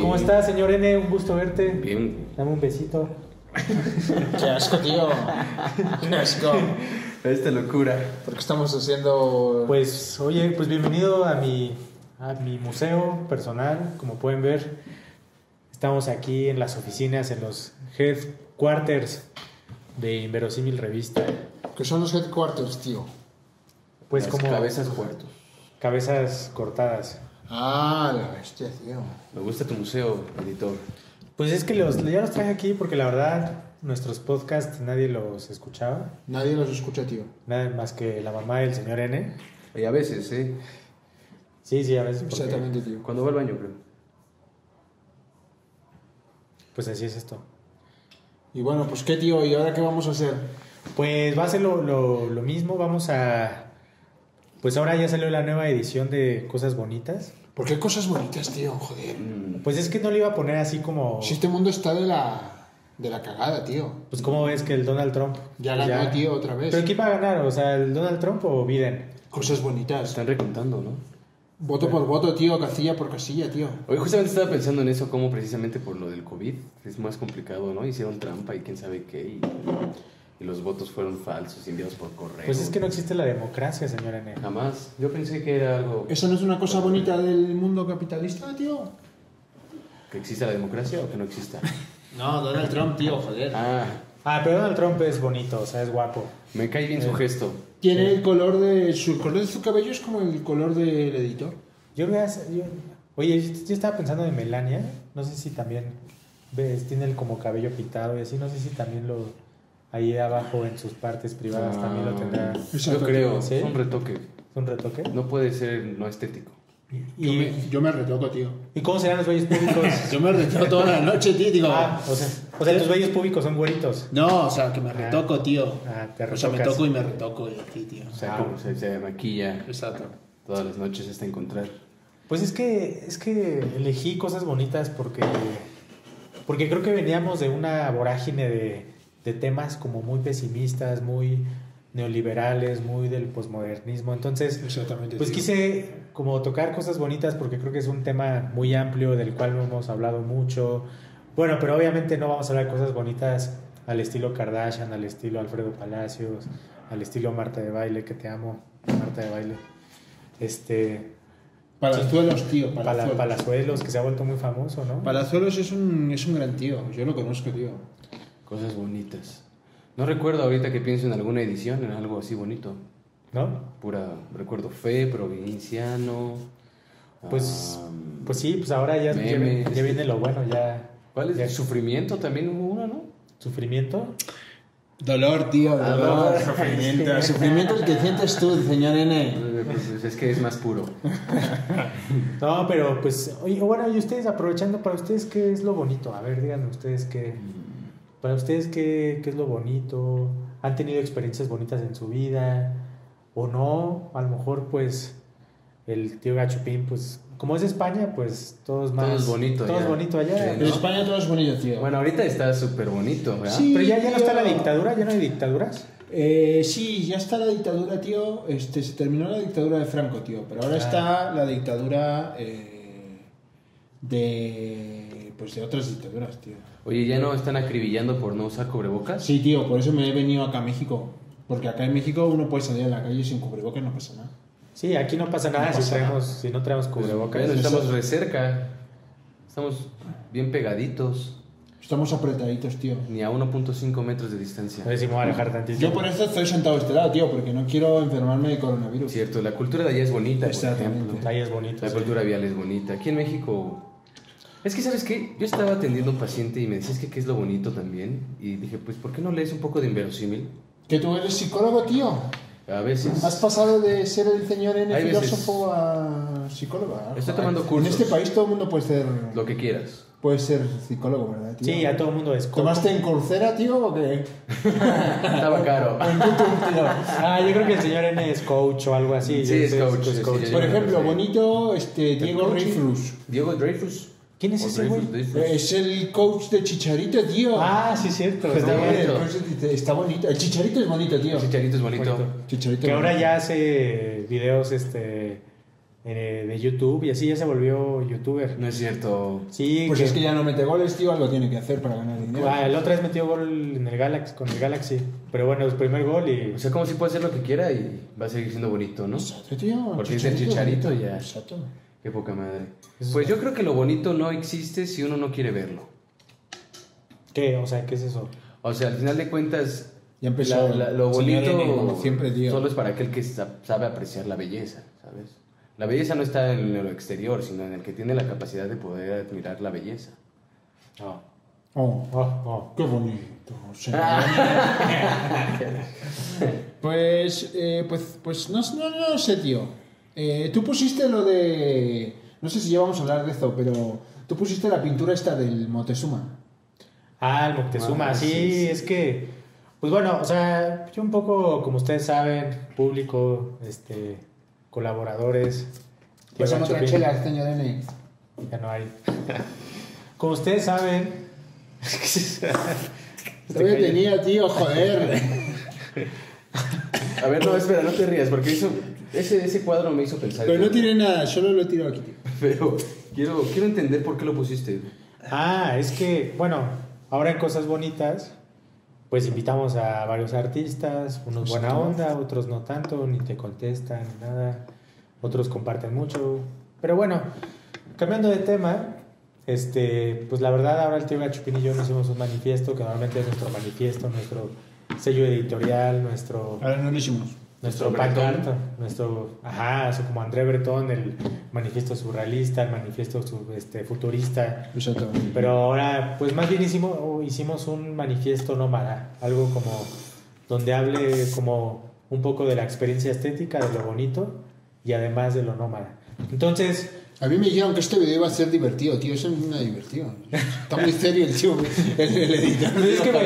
¿Cómo estás, señor N? Un gusto verte. Bien. Dame un besito. Qué asco, tío. Qué asco. Esta locura. ¿Por qué estamos haciendo. Pues, oye, pues bienvenido a mi, a mi museo personal. Como pueden ver, estamos aquí en las oficinas, en los headquarters de Inverosímil Revista. que son los headquarters, tío. Pues como cabezas muertos. cabezas cortadas. Ah, la bestia, tío. Me gusta tu museo, editor. Pues es que los, ya los traje aquí porque la verdad nuestros podcasts nadie los escuchaba. Nadie los escucha, tío. Nada más que la mamá del señor N. Y a veces, ¿eh? Sí, sí, a veces. porque- Exactamente, tío. Cuando va al baño, creo. Pues así es esto. Y bueno, pues qué, tío. ¿Y ahora qué vamos a hacer? Pues va a ser lo, lo- lo mismo, vamos a... Pues ahora ya salió la nueva edición de Cosas Bonitas. ¿Por qué cosas bonitas, tío? Joder. Mm, Pues es que no le iba a poner así como... Si este mundo está de la. de la cagada, tío. Pues cómo ves que el Donald Trump... Ya pues, ganó, tío, otra vez. ¿Pero quién va a ganar? O sea, el Donald Trump o Biden. Cosas bonitas. Están recontando, ¿no? Voto por voto, tío. Casilla por casilla, tío. Oye, justamente estaba pensando en eso, como precisamente por lo del COVID es más complicado, ¿no? Hicieron trampa y quién sabe qué, y, y los votos fueron falsos, enviados por correo. Pues es que no existe la democracia, señor N. Jamás. Yo pensé que era algo ¿Eso no es una cosa bonita del mundo capitalista, tío? que exista la democracia o que no exista. No, Donald Trump, tío, joder. Ah, Ah, pero Donald Trump es bonito, o sea, es guapo. me cae bien su gesto. Tiene el color de. Su, el color de su cabello es como el color del editor. Yo voy a... hacer- yo- Oye, yo yo estaba pensando en Melania, no sé si también... ¿Ves? Tiene el como cabello pintado y así, no sé si también lo... Ahí abajo en sus partes privadas también Ah. lo tendrá. Yo creo, ¿Sí? es un retoque. ¿Es un retoque? No puede ser no estético. Yo, ¿Y, me, yo me retoco, tío. ¿y cómo serán los bellos públicos? Yo me retoco toda la noche, tío. Digo, ah, o sea, o sea, tus bellos públicos son güeritos. No, o sea, que me retoco, tío. Ah, te o sea, me retocas. toco y me retoco y aquí, tío. O sea, Ah. como se, se maquilla Exacto. todas las noches hasta encontrar. Pues es que, es que elegí cosas bonitas porque, porque creo que veníamos de una vorágine de, de temas como muy pesimistas, muy neoliberales, muy del posmodernismo. Entonces, Exactamente. Pues tío. quise como tocar cosas bonitas porque creo que es un tema muy amplio del cual no hemos hablado mucho. Bueno, pero obviamente no vamos a hablar de cosas bonitas al estilo Kardashian, al estilo Alfredo Palacios, al estilo Marta de Baile, que te amo, Marta de Baile. Este, Palazuelos, tío. Pala- Palazuelos. Palazuelos, que se ha vuelto muy famoso, ¿no? Palazuelos es un, es un gran tío. Yo lo conozco, tío. Cosas bonitas. No recuerdo ahorita que pienso en alguna edición, en algo así bonito. ¿No? Pura, recuerdo fe, provinciano. Pues, am, pues sí, pues ahora ya, ya vi- Memes. ya viene lo bueno, ya. ¿Cuál es? ya- El sufrimiento también hubo uno, ¿no? ¿Sufrimiento? Dolor, tío. Dolor. Ah, Dolor. Sufrimiento. Sufrimiento el que sientes tú, señor N. Pues es que es más puro. No, pero pues, oye, bueno, y ustedes aprovechando, para ustedes, ¿qué es lo bonito? A ver, díganme ustedes qué. Para ustedes, ¿qué, qué es lo bonito? ¿Han tenido experiencias bonitas en su vida? ¿O no? A lo mejor, pues, el tío Gachupín, pues, como es España, pues, todo es más. Todo es bonito todo allá. es bonito allá. Sí, En España todo es bonito, tío. Bueno, ahorita está súper bonito, ¿verdad? Sí. Pero ya, ya no está la tío. dictadura, ya no hay dictaduras. Eh, sí, ya está la dictadura, tío. Este, se terminó la dictadura de Franco, tío. Pero ahora Ah. está la dictadura eh, de, pues de otras dictaduras, tío. Oye, ya no están acribillando por no usar cubrebocas. Sí, tío, por eso me he venido acá a México. Porque acá en México uno puede salir a la calle sin cubrebocas, no pasa nada. Sí, aquí no pasa nada No si, pasa traemos, si no traemos cubrebocas. Pues, Bueno, estamos re cerca. Estamos bien pegaditos. Estamos apretaditos, tío. Ni a 1.5 metros de distancia. A ver si me voy a alejar tantito. Yo por eso estoy sentado a este lado, tío, porque no quiero enfermarme de coronavirus. Cierto, la cultura de allá es bonita, por Exactamente. ejemplo. Ahí es bonito. La sí. cultura vial es bonita. Aquí en México. Es que, ¿sabes qué? Yo estaba atendiendo a un paciente y me decías que qué es lo bonito también. Y dije, pues, ¿por qué no lees un poco de inverosímil? Que tú eres psicólogo, tío. A veces. Has pasado de ser el señor N Hay veces. filósofo a psicólogo. ¿eh? Estoy Joder. tomando cursos. En este país todo el mundo puede ser Lo que quieras. puede ser psicólogo, ¿verdad, tío? Sí, a todo el mundo es coco. ¿Tomaste en Coursera, tío, o qué? Estaba caro. Ah, yo creo que el señor N es coach o algo así. Sí, Yo es sé, coach, sí, sí, Por sí. ejemplo, bonito este Diego coaching? Reifrus. Diego Dreyfus. ¿Quién es O ese güey? Eh, Dreyfus. Es el coach de Chicharito, tío. Ah, sí, es cierto. Pues está está, bien. bonito. bonito. está bonito. El Chicharito eh, es bonito, tío. El Chicharito es bonito. Bonito. Chicharito Que es ahora bonito. ya hace videos este eh, de YouTube y así ya se volvió youtuber. No es cierto. Sí, Pues que- es que ya no mete goles, tío, algo tiene que hacer para ganar dinero. Ah, la otra vez metió gol en el Galaxy, con el Galaxy. Pero bueno, el primer gol y. O sea, como si puede hacer lo que quiera y va a seguir siendo bonito, ¿no? Exacto, tío. Porque es el chicharito ya. Exacto. Qué poca madre. Pues yo creo que lo bonito no existe si uno no quiere verlo. ¿Qué? O sea, ¿qué es eso? O sea, al final de cuentas, Ya empezó la- la- lo el señor N, bonito como siempre, tío. solo es para aquel que sa- sabe apreciar la belleza, ¿sabes? La belleza no está en lo exterior, sino en el que tiene la capacidad de poder admirar la belleza. Ah. Oh, Oh, oh. qué bonito. señor N. pues, eh, pues, pues no, no, no sé, tío. Eh, tú pusiste lo de... No sé si ya vamos a hablar de eso, pero tú pusiste la pintura esta del Moctezuma. Ah, el Moctezuma, Ah, sí, sí, sí. es que. Pues bueno, o sea, yo un poco, como ustedes saben, público, este, colaboradores. Pasamos Lleva Pues otra Chopin. chela, señor N. Ya no hay. Como ustedes saben. Todavía Este tenía, tío, joder. A ver, no, espera, no te rías, porque eso, ese, ese cuadro me hizo pensar. Pero no tiene nada, solo lo he tirado aquí, tío. Pero quiero, quiero entender por qué lo pusiste. Ah, es que, bueno, ahora en cosas bonitas, pues invitamos a varios artistas, unos buena onda, otros no tanto, ni te contestan, ni nada, otros comparten mucho. Pero bueno, cambiando de tema, este, pues la verdad ahora el tío Gachupín y yo nos hicimos un manifiesto, que normalmente es nuestro manifiesto, nuestro sello editorial, nuestro... Ahora no lo hicimos. Nuestro Nuestro pancarta, nuestro, ajá, o sea, como André Breton, el manifiesto surrealista, el manifiesto su- este, futurista, Exacto. pero ahora, pues más bien hicimos, o hicimos un manifiesto nómada, algo como donde hable como un poco de la experiencia estética, de lo bonito y además de lo nómada. Entonces, A mí me dijeron que este video iba a ser divertido, tío. Eso no es nada divertido. Está muy serio el tío, el, el editor. Pero es que me-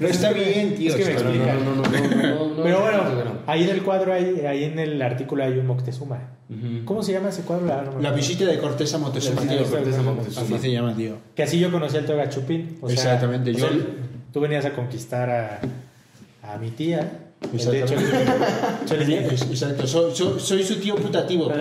no está es que me- bien, tío. es que me Está bien. explica. no, no, no, no, pero no, bueno, no, no. ahí en el cuadro, ahí, ahí en el artículo hay un Moctezuma. Ujú. ¿Cómo se llama ese cuadro? La, no me La acuerdo. visita de Cortés a La Moctezuma, visita tío. de Cortés a Moctezuma. Así se llama, tío. Que así yo conocí al Toga Chupín. O sea, Exactamente, o yo- sea, tú venías a conquistar a, a mi tía. De hecho, Es- Exacto. Soy, soy- soy su tío putativo.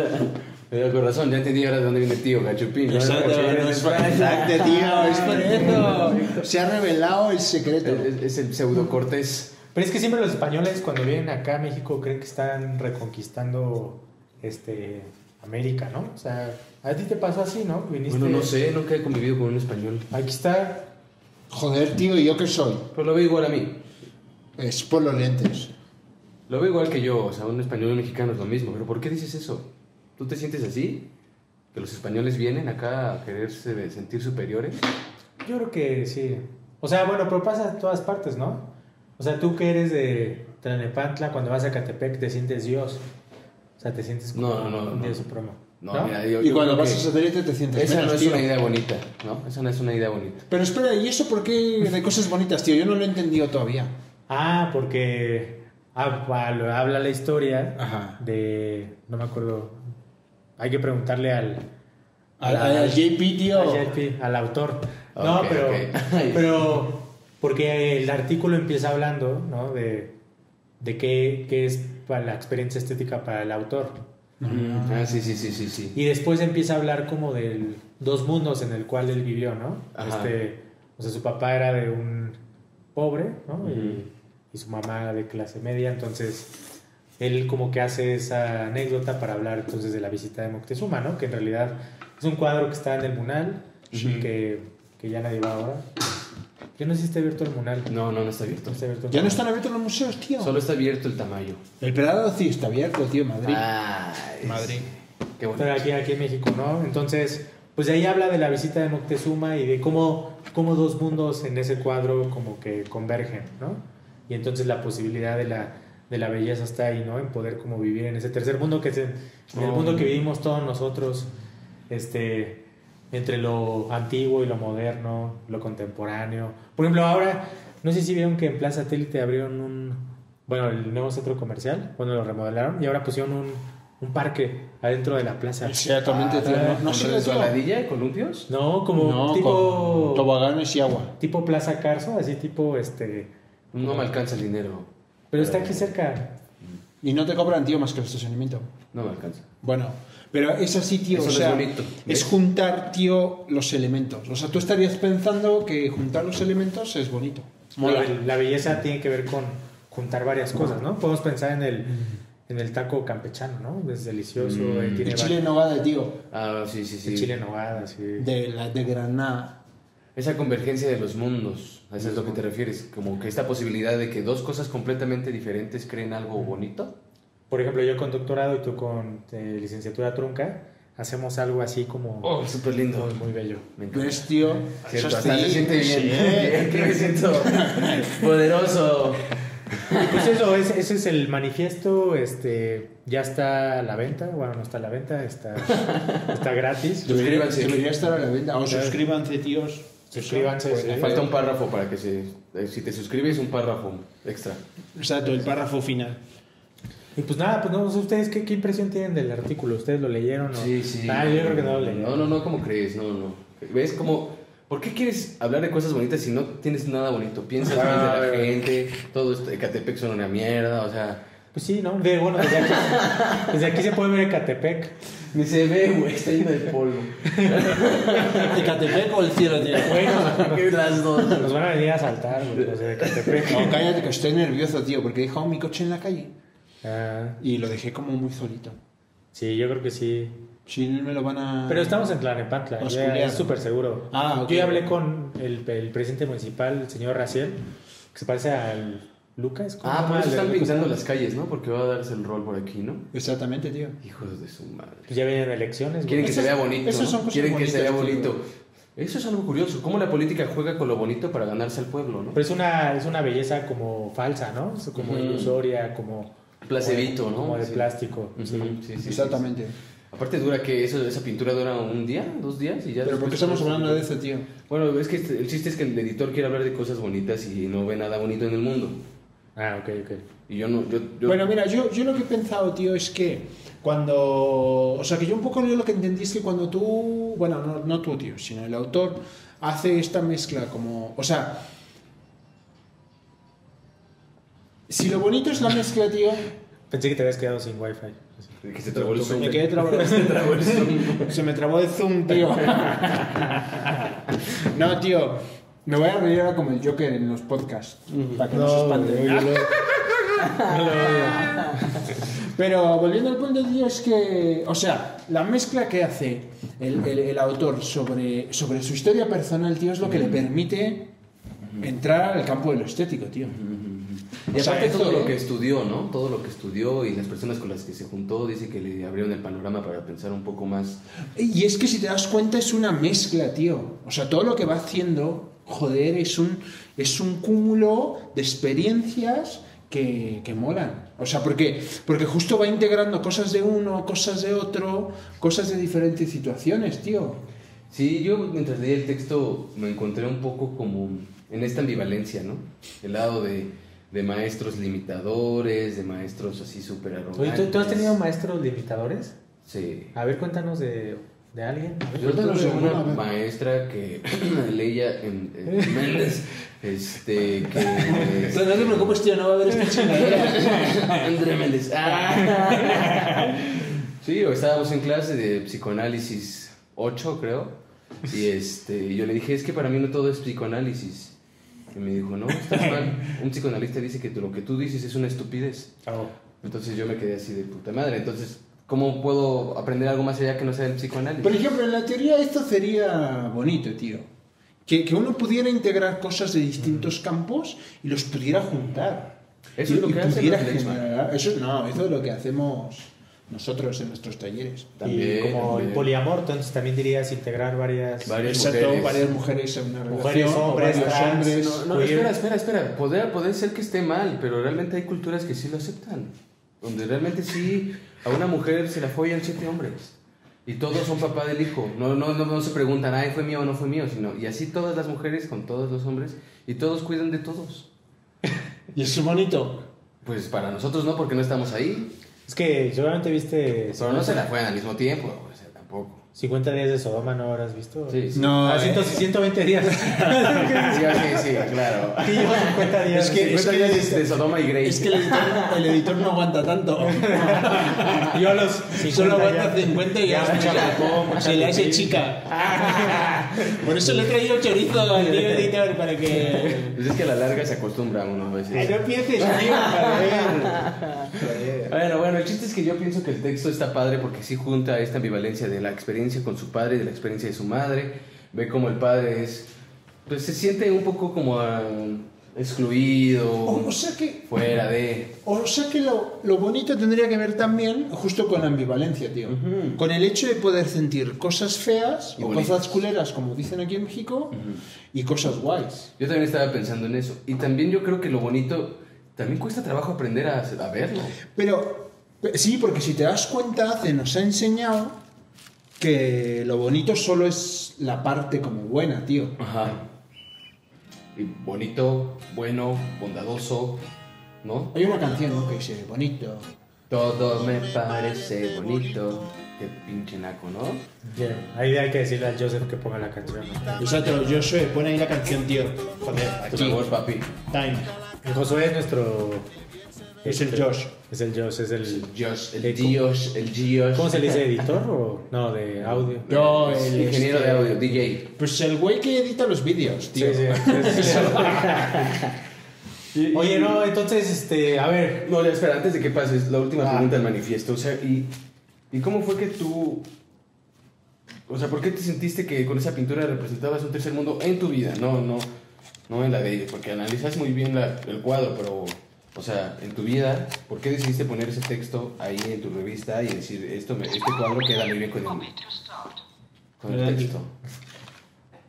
Pero con razón, ya entendí ahora de dónde viene el tío Gachupín. ¿no? no es para- Exacto, tío. Es para eso. Se ha revelado el secreto. Es, es el pseudo Cortés. Pero es que siempre los españoles cuando vienen acá a México creen que están reconquistando este América, ¿no? O sea, a ti te pasó así, ¿no? Viniste. Bueno, no sé, nunca he convivido con un español. Aquí está. Joder, tío, ¿y yo qué soy? Pero lo veo igual a mí. Es por los lentes. Lo veo igual que yo, o sea, un español y un mexicano es lo mismo. Pero ¿por qué dices eso? ¿Tú te sientes así? ¿Que los españoles vienen acá a quererse sentir superiores? Yo creo que sí. O sea, bueno, pero pasa en todas partes, ¿no? O sea, tú que eres de Tlanepantla, cuando vas a Catepec te sientes Dios. O sea, te sientes como No, no, no, un no. Dios supremo. No, mira, yo, Y yo cuando creo vas que a satélite te sientes Esa menos, no es tío. una idea bonita, ¿no? Esa no es una idea bonita. Pero espera, ¿y eso por qué de cosas bonitas, tío? Yo no lo he entendido todavía. Ah, porque ah, pa- lo- habla la historia Ajá. de. No me acuerdo. Hay que preguntarle al. Al, al- al JP, tío. al JP, al autor. no, Ok, pero. ok. Pero. Porque el artículo empieza hablando, ¿no? De, de qué, qué es para la experiencia estética para el autor. Ah, sí, sí, sí, sí, sí. Y después empieza a hablar como de dos mundos en el cual él vivió, ¿no? Ajá. Este, o sea, su papá era de un pobre, ¿no? Ujú. y, y su mamá de clase media, entonces él como que hace esa anécdota para hablar entonces de la visita de Moctezuma, ¿no? Que en realidad es un cuadro que está en el Munal, que, que ya nadie va ahora. Yo no sé si está abierto el Munal. No, no, no está abierto. No está abierto el Ya no Munal. están abiertos los museos, tío. Solo está abierto el tamaño. El Prado sí está abierto, tío, Madrid. Ay, Madrid. Qué bueno. Pero aquí, aquí en México, ¿no? Entonces, pues de ahí habla de la visita de Moctezuma y de cómo, cómo dos mundos en ese cuadro como que convergen, ¿no? Y entonces la posibilidad de la, de la belleza está ahí, ¿no? En poder como vivir en ese tercer mundo que es el, en el Oh. mundo que vivimos todos nosotros, este, entre lo antiguo y lo moderno, lo contemporáneo. Por ejemplo, ahora, no sé si vieron que en Plaza Satélite abrieron un, bueno, el nuevo centro comercial, cuando lo remodelaron, y ahora pusieron un, un parque adentro de la plaza. Exactamente, tío. Ah, No, no ¿Con sé, tío. resbaladilla y columpios? No, como No, tipo, con tobaganes y agua. tipo Plaza Carso, así tipo este. No me alcanza el dinero. Pero está aquí cerca. Y no te cobran, tío, más que el estacionamiento. No me alcanza. Bueno, Pero es así, tío. Eso o no es sea, bonito. es juntar, tío, los elementos. O sea, tú estarías pensando que juntar los elementos es bonito. Mola. La, la belleza tiene que ver con juntar varias cosas, ¿no? Podemos pensar en el, en el taco campechano, ¿no? Es delicioso, eh, tiene El va- Mm. chile en nogada, tío. Ah, sí, sí, sí. el chile en nogada, sí. De, la, de Granada. Esa convergencia de los mundos, a eso es lo que te refieres, como que esta posibilidad de que dos cosas completamente diferentes creen algo bonito. Por ejemplo, yo con doctorado y tú con eh, licenciatura trunca, hacemos algo así como Oh, súper lindo. muy, muy bello. Me encanta. ¿Ves, tío? Cierto, Eso hasta sí. se siente pues bien. Sí. ¿eh? Bien, que me siento poderoso. Pues eso, es- ese es el manifiesto, este, ya está a la venta, bueno, no está a la venta, está, está gratis. Debería, Suscríbanse. debería estar a la venta. O Claro. suscríbanse, tíos. Suscríbanse, Pues, sí. la Me falta un párrafo para que se, eh, si te suscribes, un párrafo extra. Exacto, el párrafo final. Y pues nada, pues no sé ustedes qué, qué impresión tienen del artículo, ¿ustedes lo leyeron o Sí, sí. Ah, yo creo que no lo leyeron. No, no, no, ¿cómo crees? No, no. ¿Ves cómo? ¿Por qué quieres hablar de cosas bonitas si no tienes nada bonito? Piensas Ah, mal de la eh. gente, todo esto, Ecatepec son una mierda, o sea, Pues sí, ¿no? De, bueno, desde aquí, desde aquí se puede ver Ecatepec. ni se ve, güey, está lleno de polvo. Ecatepec o el cielo, tío. Las dos. Nos van a venir a asaltar, güey, los de Ecatepec. No, cállate que estoy nervioso, tío, porque he dejado mi coche en la calle Ah, y lo dejé como muy solito. sí, yo creo que sí. Si no me lo van a. Pero estamos en Tlanepantla, ya Oscurear. es súper seguro. Ah, ok. Yo ya hablé con el, el presidente municipal, el señor Raciel, que se parece al Lucas. ¿cómo Ah, se por llama? eso El de están Lucas. pintando las calles, ¿no? Porque va a darse el rol por aquí, ¿no? Exactamente, tío. Hijos de su madre. Pues ya vienen elecciones. Quieren que güey. se vea bonito. esas ¿no? son cosas Quieren que se vea bonitas, tío. bonito. Eso es algo curioso. ¿Cómo la política juega con lo bonito para ganarse al pueblo, no? Pero es una, es una belleza como falsa, ¿no? Es como Ujú. ilusoria, como... Placerito, como- ¿no? Como de Sí. plástico. Ujú, sí, sí, sí, sí. Exactamente. Aparte dura que eso, esa pintura dura un día, dos días y ya. Pero ¿por qué porque estamos hablando de eso, tío? Bueno, es que este- el chiste es que el editor quiere hablar de cosas bonitas y no ve nada bonito en el mundo. Ah, ok, ok. Y yo no, yo, yo- Bueno, mira, yo, yo lo que he pensado, tío, es que cuando. O sea, que yo un poco yo lo que entendí es que cuando tú. Bueno, no, no tú, tío, sino el autor hace esta mezcla como. O sea. Si lo bonito es la mezcla, tío. Pensé que te habías quedado sin wifi. que se trabó el zoom. Me quedé trabado. Se trabó el zoom. Se me trabó el zoom, tío. No, tío. Me voy a reír ahora como el Joker en los podcasts. Para que no, se espante. güey, yo lo- Pero volviendo al punto, tío, es que. O sea, la mezcla que hace el, el- el autor sobre, sobre su historia personal, tío, es lo que le permite entrar al campo de lo estético, tío. Y O sea, aparte esto todo de- lo que estudió, ¿no? Todo lo que estudió y las personas con las que se juntó dice que le abrieron el panorama para pensar un poco más. Y es que si te das cuenta es una mezcla, tío. O sea, todo lo que va haciendo, joder, es un, es un cúmulo de experiencias que, que molan. O sea, porque, porque justo va integrando cosas de uno, cosas de otro, cosas de diferentes situaciones, tío. Sí, yo mientras leía el texto me encontré un poco como en esta ambivalencia, ¿no? El lado de, de maestros limitadores, de maestros así súper Oye, arrogantes. ¿tú, tú has tenido maestros limitadores? Sí. A ver, cuéntanos de, de alguien. A ver. Yo Cuéntanos tuve alguna, una a ver. maestra que leía en, en Méndez, este, que... no te preocupes, tío, no va a haber este ¿eh? esta André Méndez. Ah. Sí, o estábamos en clase de psicoanálisis 8, creo. Y este, y yo le dije, es que para mí no todo es psicoanálisis. Y me dijo, no, estás mal. Un psicoanalista dice que lo que tú dices es una estupidez. Oh. Entonces yo me quedé así de puta madre. Entonces, ¿cómo puedo aprender algo más allá que no sea el psicoanálisis? Por ejemplo, en la teoría esto sería bonito, tío. Que, que uno pudiera integrar cosas de distintos campos y los pudiera juntar. Eso es lo Y- y que hace pudiera los Leisman. generar- Eso no, eso es lo que hacemos nosotros en nuestros talleres. También, y como también. el poliamor, entonces también dirías integrar varias... Varias Exacto, mujeres. varias mujeres en una Mujeres, relación, o hombres, varios trans, hombres. No, no, Oye. espera, espera, espera. Poder, poder ser que esté mal, pero realmente hay culturas que sí lo aceptan. Donde realmente sí a una mujer se la follan siete hombres. Y todos son papá del hijo. No, no, no, no se preguntan, ay, fue mío o no fue mío, sino. Y así todas las mujeres con todos los hombres. Y todos cuidan de todos. Y eso es bonito. Pues para nosotros no, porque no estamos ahí. Es que seguramente viste... Pero no se la follan al mismo tiempo. O sea, tampoco. 50 días de Sodoma no habrás visto. Sí, sí. No, Ah, eh. 100, 120 días. Sí, sí, sí, claro. Aquí llevo 50 días. Es que- 50 es días que- de Sodoma y Grey. Es que el editor, el editor no aguanta tanto. Yo a los 50 Solo aguanta ya- 50 y ya, ya mucha popó, mucha se le hace pipí. chica. Por eso le he traído chorizo al tío editor para que. Pues es que a la larga se acostumbra uno a veces. Ay, no pienses, tío. joder. Bueno, bueno, el chiste es que yo pienso que el texto está padre porque sí junta esta ambivalencia de la experiencia con su padre, de la experiencia de su madre. Ve como el padre es. Pues se siente un poco como ah, O, excluido, o sea que. fuera de. O sea que lo, lo bonito tendría que ver también justo con la ambivalencia, tío. Ujú. Con el hecho de poder sentir cosas feas Y o bonitas. cosas culeras, como dicen aquí en México, y cosas guays. Yo también estaba pensando en eso. Y también yo creo que lo bonito. También cuesta trabajo aprender a, a verlo. Pero pe- sí, porque si te das cuenta, se nos ha enseñado que lo bonito solo es la parte como buena, tío. Ajá. Y bonito, bueno, bondadoso, ¿no? Hay una canción ¿no? que dice bonito. Todo me parece bonito. Qué pinche naco, ¿no? Ya, Ahí hay que decirle al Joseph que ponga la canción. Exacto, yo soy, pone ahí la canción, tío. Joder, Por aquí. favor, papi. Time. El Josué es nuestro. este, Es el Josh. Es el Josh, es el. Dios, el Eh, ¿cómo- Dios, el Dios. ¿Cómo se le dice editor o.? No, de audio. No, el el ingeniero este- de audio, DJ. Pues el güey que edita los vídeos, tío. Sí, sí, sí, sí. Oye, no, entonces, este, a ver. No, espera, antes de que pases, la última pregunta del manifiesto. O sea, ¿y, ¿y cómo fue que tú... O sea, ¿por qué te sentiste que con esa pintura representabas un tercer mundo en tu vida? No, no, no en la de ellos, porque analizas muy bien la- el cuadro, pero... O sea, en tu vida, ¿por qué decidiste poner ese texto ahí en tu revista y decir, esto me- este cuadro queda muy bien con el, con el texto?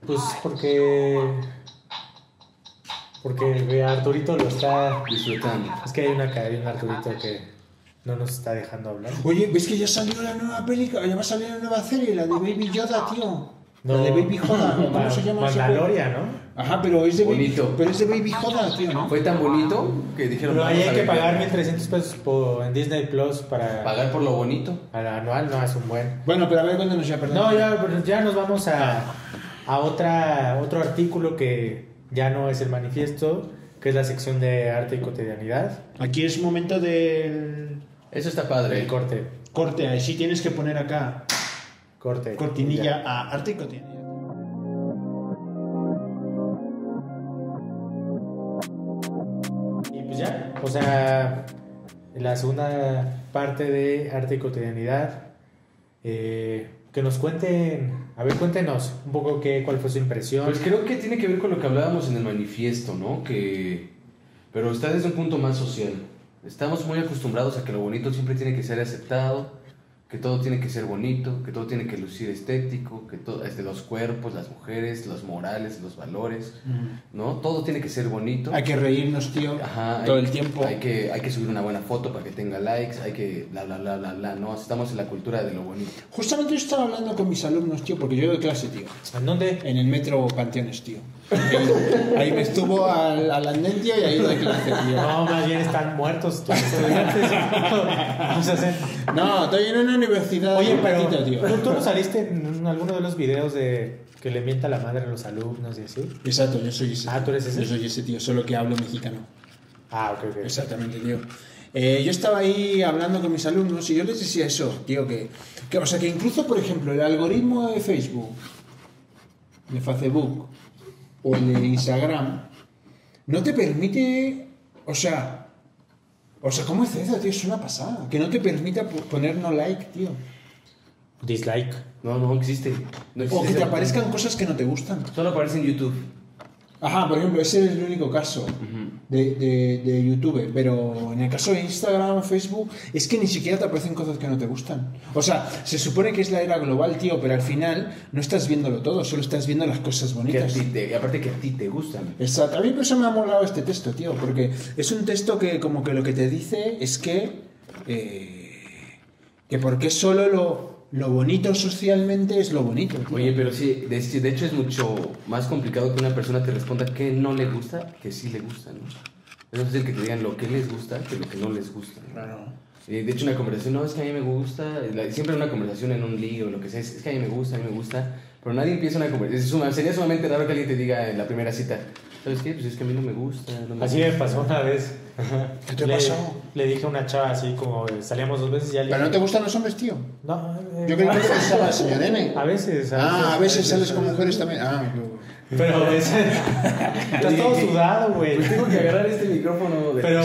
Pues porque. Porque ve, Arturito lo está. Disfrutando. Es que hay una ca- hay un Arturito que no nos está dejando hablar. Oye, ¿ves que ya salió la nueva película? Ya va a salir la nueva serie, la de Baby Yoda, tío. No. La de Baby Yoda, ¿no? Ma- ¿cómo se llama? Mandaloria, ¿no? Ajá, pero es de Bonito. Baby, pero es de Baby Yoda, tío, ¿no? Fue tan bonito que dijeron... Ah. Pero ahí "Vamos a hay que limpiar". pagar 1300 pesos por, en Disney Plus para. Pagar por lo bonito. Al anual no es un buen. Bueno, pero a ver cuándo nos ya perdón. No, ya, ya nos vamos a, a otra, otro artículo que ya no es el manifiesto, que es la sección de arte y cotidianidad. Aquí es momento del Eso está padre. El corte. corte, ahí sí tienes que poner acá Corte. cortinilla a arte y cotidiano. Y pues ya, o sea, la segunda parte de arte y cotidianidad, eh, que nos cuenten, a ver, cuéntenos un poco qué, cuál fue su impresión. Pues creo que tiene que ver con lo que hablábamos en el manifiesto, ¿no? Que... Pero está desde un punto más social. Estamos muy acostumbrados a que lo bonito siempre tiene que ser aceptado, que todo tiene que ser bonito, que todo tiene que lucir estético, que todo, este, los cuerpos, las mujeres, los morales, los valores, ¿no? Todo tiene que ser bonito. Hay que reírnos, tío. Ajá, hay- todo el tiempo. Hay que, hay que subir una buena foto para que tenga likes, hay que bla, bla, bla, bla, bla, ¿no? Estamos en la cultura de lo bonito. Justamente yo estaba hablando con mis alumnos, tío, porque yo doy clase, tío. ¿En dónde? En el metro Panteones, tío. Ahí me estuvo al, al andén, tío, y ahí doy clase, tío. No, más bien están muertos tus estudiantes. Vamos a hacer- No, estoy en una universidad. Oye, de pero ratito, tío. ¿tú, tú no saliste en alguno de los videos de que le mienta la madre a los alumnos y así? Exacto, yo soy ese. Ah, tú eres ese. Yo soy ese tío, solo que hablo mexicano. Ah, ok, ok. Exactamente, tío. Eh, yo estaba ahí hablando con mis alumnos y yo les decía eso, tío, que, que, o sea, que incluso, por ejemplo, el algoritmo de Facebook, de Facebook o el de Instagram, no te permite, o sea, o sea, ¿cómo es eso, tío? Es una pasada. Que no te permita po- poner no like, tío. Dislike. No, no existe. No O existe que te esa- aparezcan cosas que no te gustan. Solo aparece en YouTube. Ajá, por ejemplo, ese es el único caso de, de- de YouTube, pero en el caso de Instagram, Facebook, es que ni siquiera te aparecen cosas que no te gustan. O sea, se supone que es la era global, tío, pero al final no estás viéndolo todo, solo estás viendo las cosas Que a bonitas. ti te- aparte que a ti te gustan. Exacto, a mí por eso me ha molado este texto, tío, porque es un texto que como que lo que te dice es que... eh, que porque solo lo, lo bonito socialmente es lo bonito. tío. Oye, pero sí, de, de hecho es mucho más complicado que una persona te responda que no le gusta que sí le gusta, ¿no? Es más fácil que te digan lo que les gusta que lo que no les gusta. ¿no? Claro. Eh, De hecho, una conversación, no, es que a mí me gusta. la- Siempre una conversación en un lío, lo que sea, es, es que a mí me gusta, a mí me gusta. Pero nadie empieza una conversación. sería sumamente raro que alguien te diga en la primera cita, ¿sabes qué? Pues es que a mí no me gusta. no me Así me gusta". pasó una vez. ¿Qué te le, pasó? Le dije a una chava así como eh, salíamos dos veces y ya le Pero no te gustan los hombres, tío. No, eh, Yo creo que pensaba el señor N. A veces. Ah, a pues, veces sales con mujeres también. Ah, yo- Pero a veces. Estás todo sudado, güey. Pues tengo que agarrar este micrófono. De Pero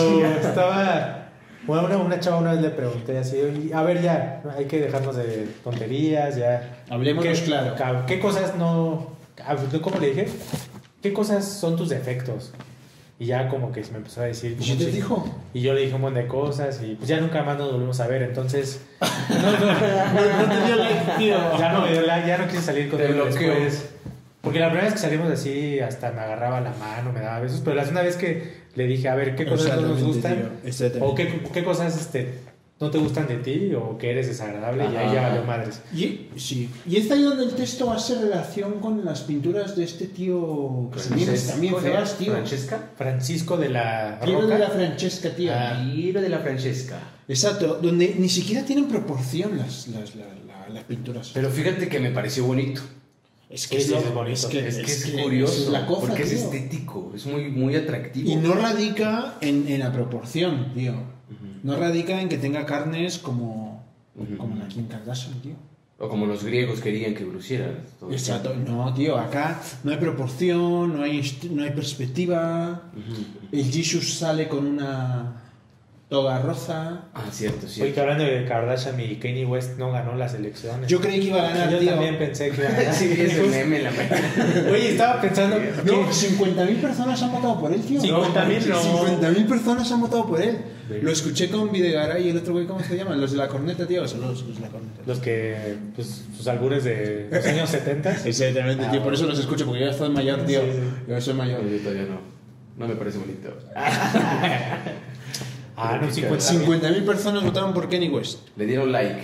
estaba. Bueno, una, una chava una vez le pregunté así, "Oye, a ver ya, hay que dejarnos de tonterías, ya. Hablémonos ¿Qué- claro. ca- ¿Qué cosas no... ah, ¿Cómo le dije? ¿Qué cosas son tus defectos? Y ya como que se me empezó a decir... ¿Y si como te si- dijo? Y yo le dije un montón de cosas y pues ya nunca más nos volvimos a ver, entonces... No, no, no te dio like, tío. Ya no me dio like, ya no quise salir con Te él bloqueó. después. Porque la primera vez que salimos así, hasta me agarraba la mano, me daba besos, pero la segunda vez que le dije, a ver, ¿qué cosas no nos Exactamente, gustan? tío, exactamente. ¿O qué, qué cosas este, no te gustan de ti o que eres desagradable? Y ahí ya Ajá. valió madres. Y, sí. y esta idea del texto va a ser relación con las pinturas de este tío que se viene Francesco también de feas, tío. Francesca. Ah. Francisco de la Tiro de la Roca. Francesca, tío. Tiro de la Francesca. Exacto, donde ni siquiera tienen proporción las, las, la- la- las pinturas. Pero fíjate que me pareció bonito. es Sí, sí, es bonito. Es que es, que curioso. es la cosa, porque es este tío. estético. Es muy, muy atractivo. Y no radica en, en la proporción, tío. No radica en que tenga carnes como, Ujú. como la Kim Kardashian, tío. O como los griegos querían que lucieran. todo el Exacto, no, tío, acá no hay proporción, no hay, est- no hay perspectiva. tiempo. Ujú. El Jesus sale con una toga roza. Ah, cierto, Oye, que cierto. hablando de Kardashian y Kanye West no ganó las elecciones. Yo creí que iba a ganar, Yo tío. también pensé que iba a ganar. Sí, es Pues- un meme en la mañana. Oye, estaba pensando... No, que- 50.000 personas han votado por él, tío. 50.000 no. 50.000 personas han votado por él. Lo escuché con Videgaray y el otro güey, ¿cómo se llaman? Los de la corneta, tío. Son los, los de la corneta. Los que, pues, sus albures de los años 70. Exactamente, Ah, tío. Por eso los escucho, porque yo ya estoy mayor, tío. Sí, sí. Yo soy mayor. No, yo todavía no. No me parece bonito. Ah, no, 50. 50.000 personas votaron por Kenny West. Le dieron like.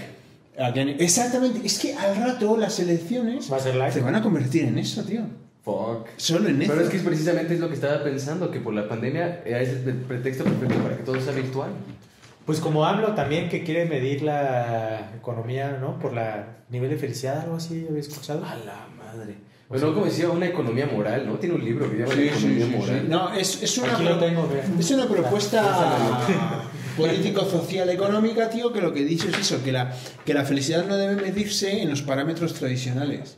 A Kanye- Exactamente, es que al rato las elecciones Va a ser like. se van a convertir en eso, tío. Fuck. Solo en eso. Pero es que es precisamente es lo que estaba pensando, que por la pandemia eh, es el pretexto perfecto para que todo sea virtual. Pues como AMLO también que quiere medir la economía, ¿no? Por la nivel de felicidad, algo así, había escuchado. A la madre. Bueno, como decía, una economía moral, ¿no? Tiene un libro que se llama Sí, La sí, economía sí, sí. moral. No, es, es una Aquí pro- lo tengo, vea. es una propuesta político social económica, tío, que lo que dice es eso, que la que la felicidad no debe medirse en los parámetros tradicionales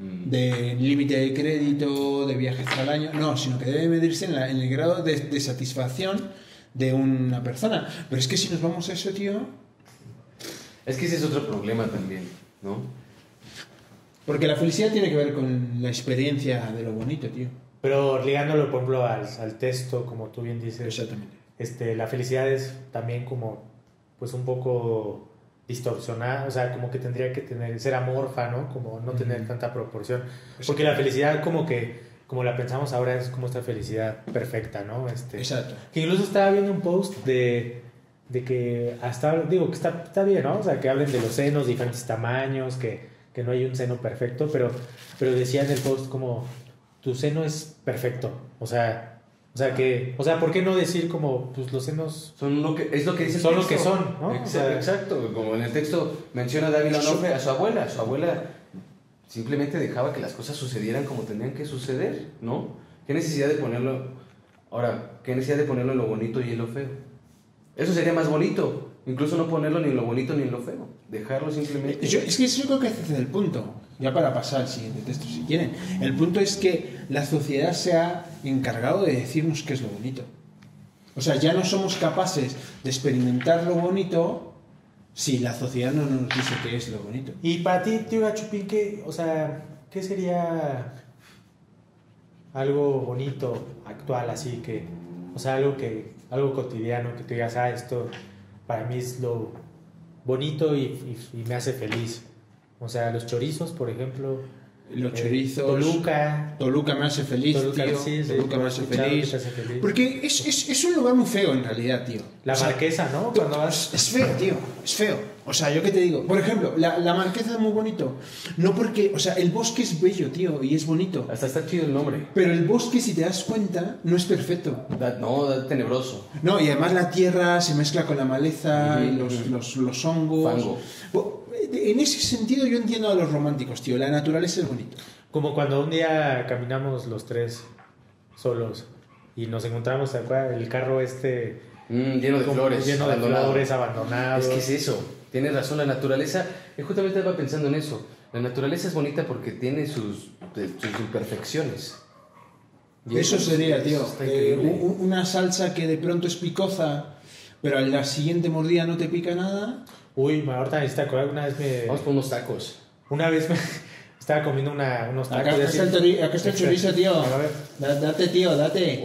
Mm. de límite de crédito, de viajes al año, no, sino que debe medirse en, la- en el grado de, de satisfacción de una persona. Pero es que si nos vamos a eso, tío, Es que ese es otro problema también, ¿no? porque la felicidad tiene que ver con la experiencia de lo bonito, tío. Pero ligándolo, por ejemplo, al, al texto, como tú bien dices, Exactamente. este, la felicidad es también como, pues un poco distorsionada, o sea, como que tendría que tener, ser amorfa, ¿no? Como no tener tanta proporción. Porque la felicidad como que, como la pensamos ahora, es como esta felicidad perfecta, ¿no? Este, Exacto. Que incluso estaba viendo un post de, de que hasta, digo, que está, está bien, ¿no? O sea, que hablen de los senos, diferentes tamaños, que, que no hay un seno perfecto, pero, pero decía en el post como, tu seno es perfecto. O sea, o sea, que, o sea, ¿por qué no decir como, pues los senos... Son lo que, es lo que dice el Son lo texto. que son, ¿no? Exa- O Exacto, sea- Como en el texto menciona David Onofre a su abuela. Su abuela simplemente dejaba que las cosas sucedieran como tenían que suceder, ¿no? ¿Qué necesidad de ponerlo... Ahora, ¿qué necesidad de ponerlo en lo bonito y en lo feo? Eso sería más bonito. Incluso no ponerlo ni en lo bonito ni en lo feo. Dejarlo simplemente... Yo- es que yo creo que ese es el punto. Ya para pasar al siguiente texto, si quieren. El punto es que la sociedad se ha encargado de decirnos qué es lo bonito. O sea, ya no somos capaces de experimentar lo bonito si la sociedad no nos dice qué es lo bonito. Y para ti, tío Gachupín, ¿qué, o sea, qué sería algo bonito, actual, así que, o sea, algo que, algo cotidiano, que tú digas, ah, esto para mí es lo bonito y, y- y me hace feliz. O sea, los chorizos, por ejemplo. Los eh, chorizos. Toluca. Toluca me hace feliz, Toluca, tío. sí, sí, Toluca lo me he hace escuchado feliz. que te hace feliz. Porque es, es- es un lugar muy feo en realidad, tío. La O sea, marquesa, ¿no? Cuando vas... Es feo, tío. Es feo. O sea, yo qué te digo. Por ejemplo, la, la marquesa es muy bonito. No porque, o sea, el bosque es bello, tío, y es bonito. Hasta está chido el nombre. Pero el bosque, si te das cuenta, no es perfecto. Da- no, da tenebroso. No, y además la tierra se mezcla con la maleza, Ujú, y los, ujú. los, los hongos. Fango. Bo- En ese sentido yo entiendo a los románticos, tío. La naturaleza es bonita. Como cuando un día caminamos los tres solos y nos encontramos ¿te acuerdas? el carro este Mm, lleno de como flores. lleno de abandonado. flores abandonado. Es que es eso. Tienes razón, la naturaleza. eh, Justamente estaba pensando en eso. La naturaleza es bonita porque tiene sus, de- sus imperfecciones. Y Eso sería, tío. está eh, increíble. u- u- una salsa que de pronto es picosa, pero a la siguiente mordida no te pica nada. Uy, ma, ahorita necesito acordar, una vez Vamos me por unos tacos. una vez me estaba comiendo una, unos tacos Acá, y acá así- está el, tori- acá está el chorizo, tío. A ver. Da- date, tío, date.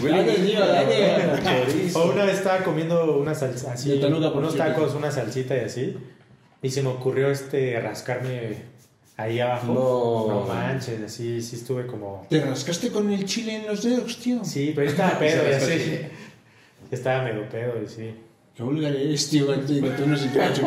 Huele Dale, bien. tío, dale. O una vez estaba comiendo una salsa así, De Toluca, por unos cierto. tacos, una salsita y así. Y se me ocurrió este rascarme ahí abajo. No. manches, así sí estuve como. ¿Te rascaste con el chile en los dedos, tío? Sí, pero yo estaba Se pedo y rascó el así. chile. Estaba medio pedo y sí. Qué vulgar eres, tío, contigo. Tú no sé qué macho.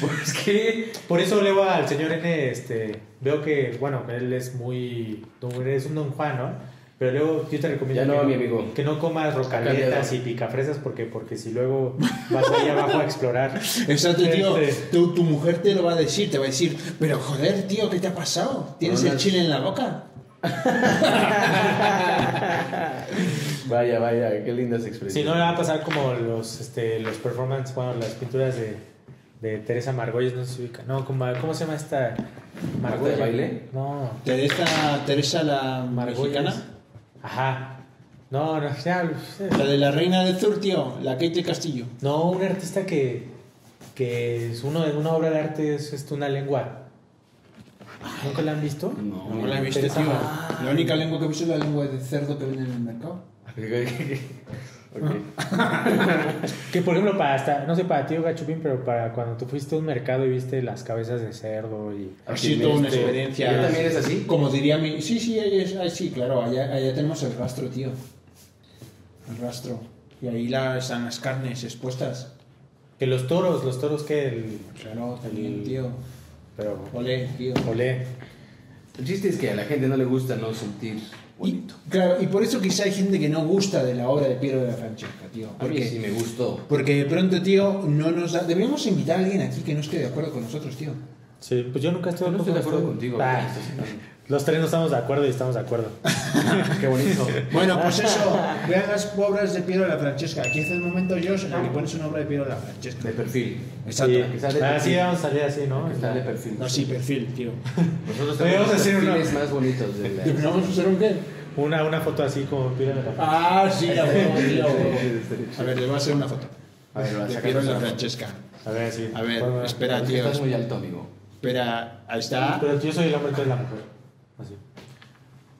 Pues que. Por eso leo al señor N, este, veo que, bueno, él es muy, tú eres un don Juan, ¿no? Pero luego yo te recomiendo Ya no, que, mi amigo. que no comas rocaletas y picafresas porque, porque si luego vas ahí abajo a explorar. Exacto, tío. Este, Tu, tu mujer te lo va a decir, te va a decir, pero joder, tío, ¿qué te ha pasado? ¿Tienes No, no el es- chile en la boca? Vaya, vaya, qué lindas expresiones. si no, le va a pasar como los, este, los performance, bueno, las pinturas de, de Teresa Margolles, no se ubica. No, como, ¿cómo se llama esta? ¿Marta de baile? No. Teresa, Teresa la mexicana, Ajá. No, no, ya. la de la reina del sur, tío, la Kate del Castillo. No, un artista que, que es uno, una obra de arte es, es una lengua. ¿Nunca la han visto? No, No la he visto, Teresa tío. Mar- La única lengua que he visto es la lengua de cerdo que venden en el mercado. Ok. Que por ejemplo, para hasta, no sé, para ti, Gachupín, pero para cuando tú fuiste a un mercado y viste las cabezas de cerdo y. Ha sido una Este, experiencia. ¿ya también es así? Como diría mi. Sí, sí, ahí es- ahí sí, claro, allá, allá tenemos el rastro, tío. El rastro. Y ahí la- están las carnes expuestas. Que los toros, los toros que el. Claro, también, El- tío. Pero. Olé, tío. Olé. El chiste es que a la gente no le gusta no sentir Y, bonito. claro, y por eso quizá hay gente que no gusta de la obra de Piero de la Francesca, tío. A mí Porque, sí me gustó. porque de pronto, tío, no nos da... Deberíamos invitar a alguien aquí que no esté de acuerdo con nosotros, tío. Sí, pues yo nunca estoy, No estoy de acuerdo contigo. Ah, los tres no estamos de acuerdo y estamos de acuerdo. Qué bonito. Bueno, pues eso. Vean las obras de Piero de la Francesca. Aquí hace un momento yo en el que pones una obra de Piero de la Francesca. De perfil. Exacto. Sí. que sale- Ah, sí, vamos a salir así, ¿no? Está de perfil. No, sí, perfil, tío. Nosotros tenemos Oye, vamos a los hacer una- perfiles más bonitos de la... ¿Deberíamos hacer un qué? Una, una foto así como pira de la Ah, sí, a huevo, tío. a huevo. Sí, sí, sí, sí. A ver, le voy a hacer una foto. A ver, la de sacas Piero de la tú. Francesca. A ver, sí. A ver, Bueno, espera, Es que tío. Estás muy alto, amigo. Espera, ahí está. Pero yo soy el hombre, tú eres la mujer. Así.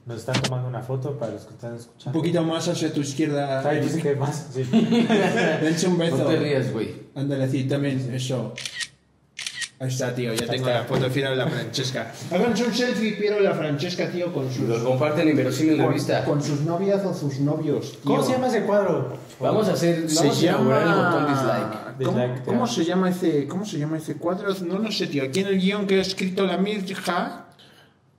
Nos están tomando una foto para los que están escuchando. Un poquito más hacia tu izquierda. ¿Sabes qué más? Sí. Dense un beso. No te rías, güey. Ándale, así también, eso. Ahí está, tío, ya tengo está. la foto final de la Francesca. Háganse un selfie, Piero de la Francesca, tío, con sus. Los comparten en verosímil con, revista. con sus novias o sus novios. tío. ¿Cómo se llama ese cuadro? Vamos a hacer... Se vamos a inaugurar el botón llama... dislike. Dislike, ¿Cómo, tío. cómo se llama ese, ¿Cómo se llama ese cuadro? No lo sé, tío. Aquí en el guión que ha escrito la Mirja,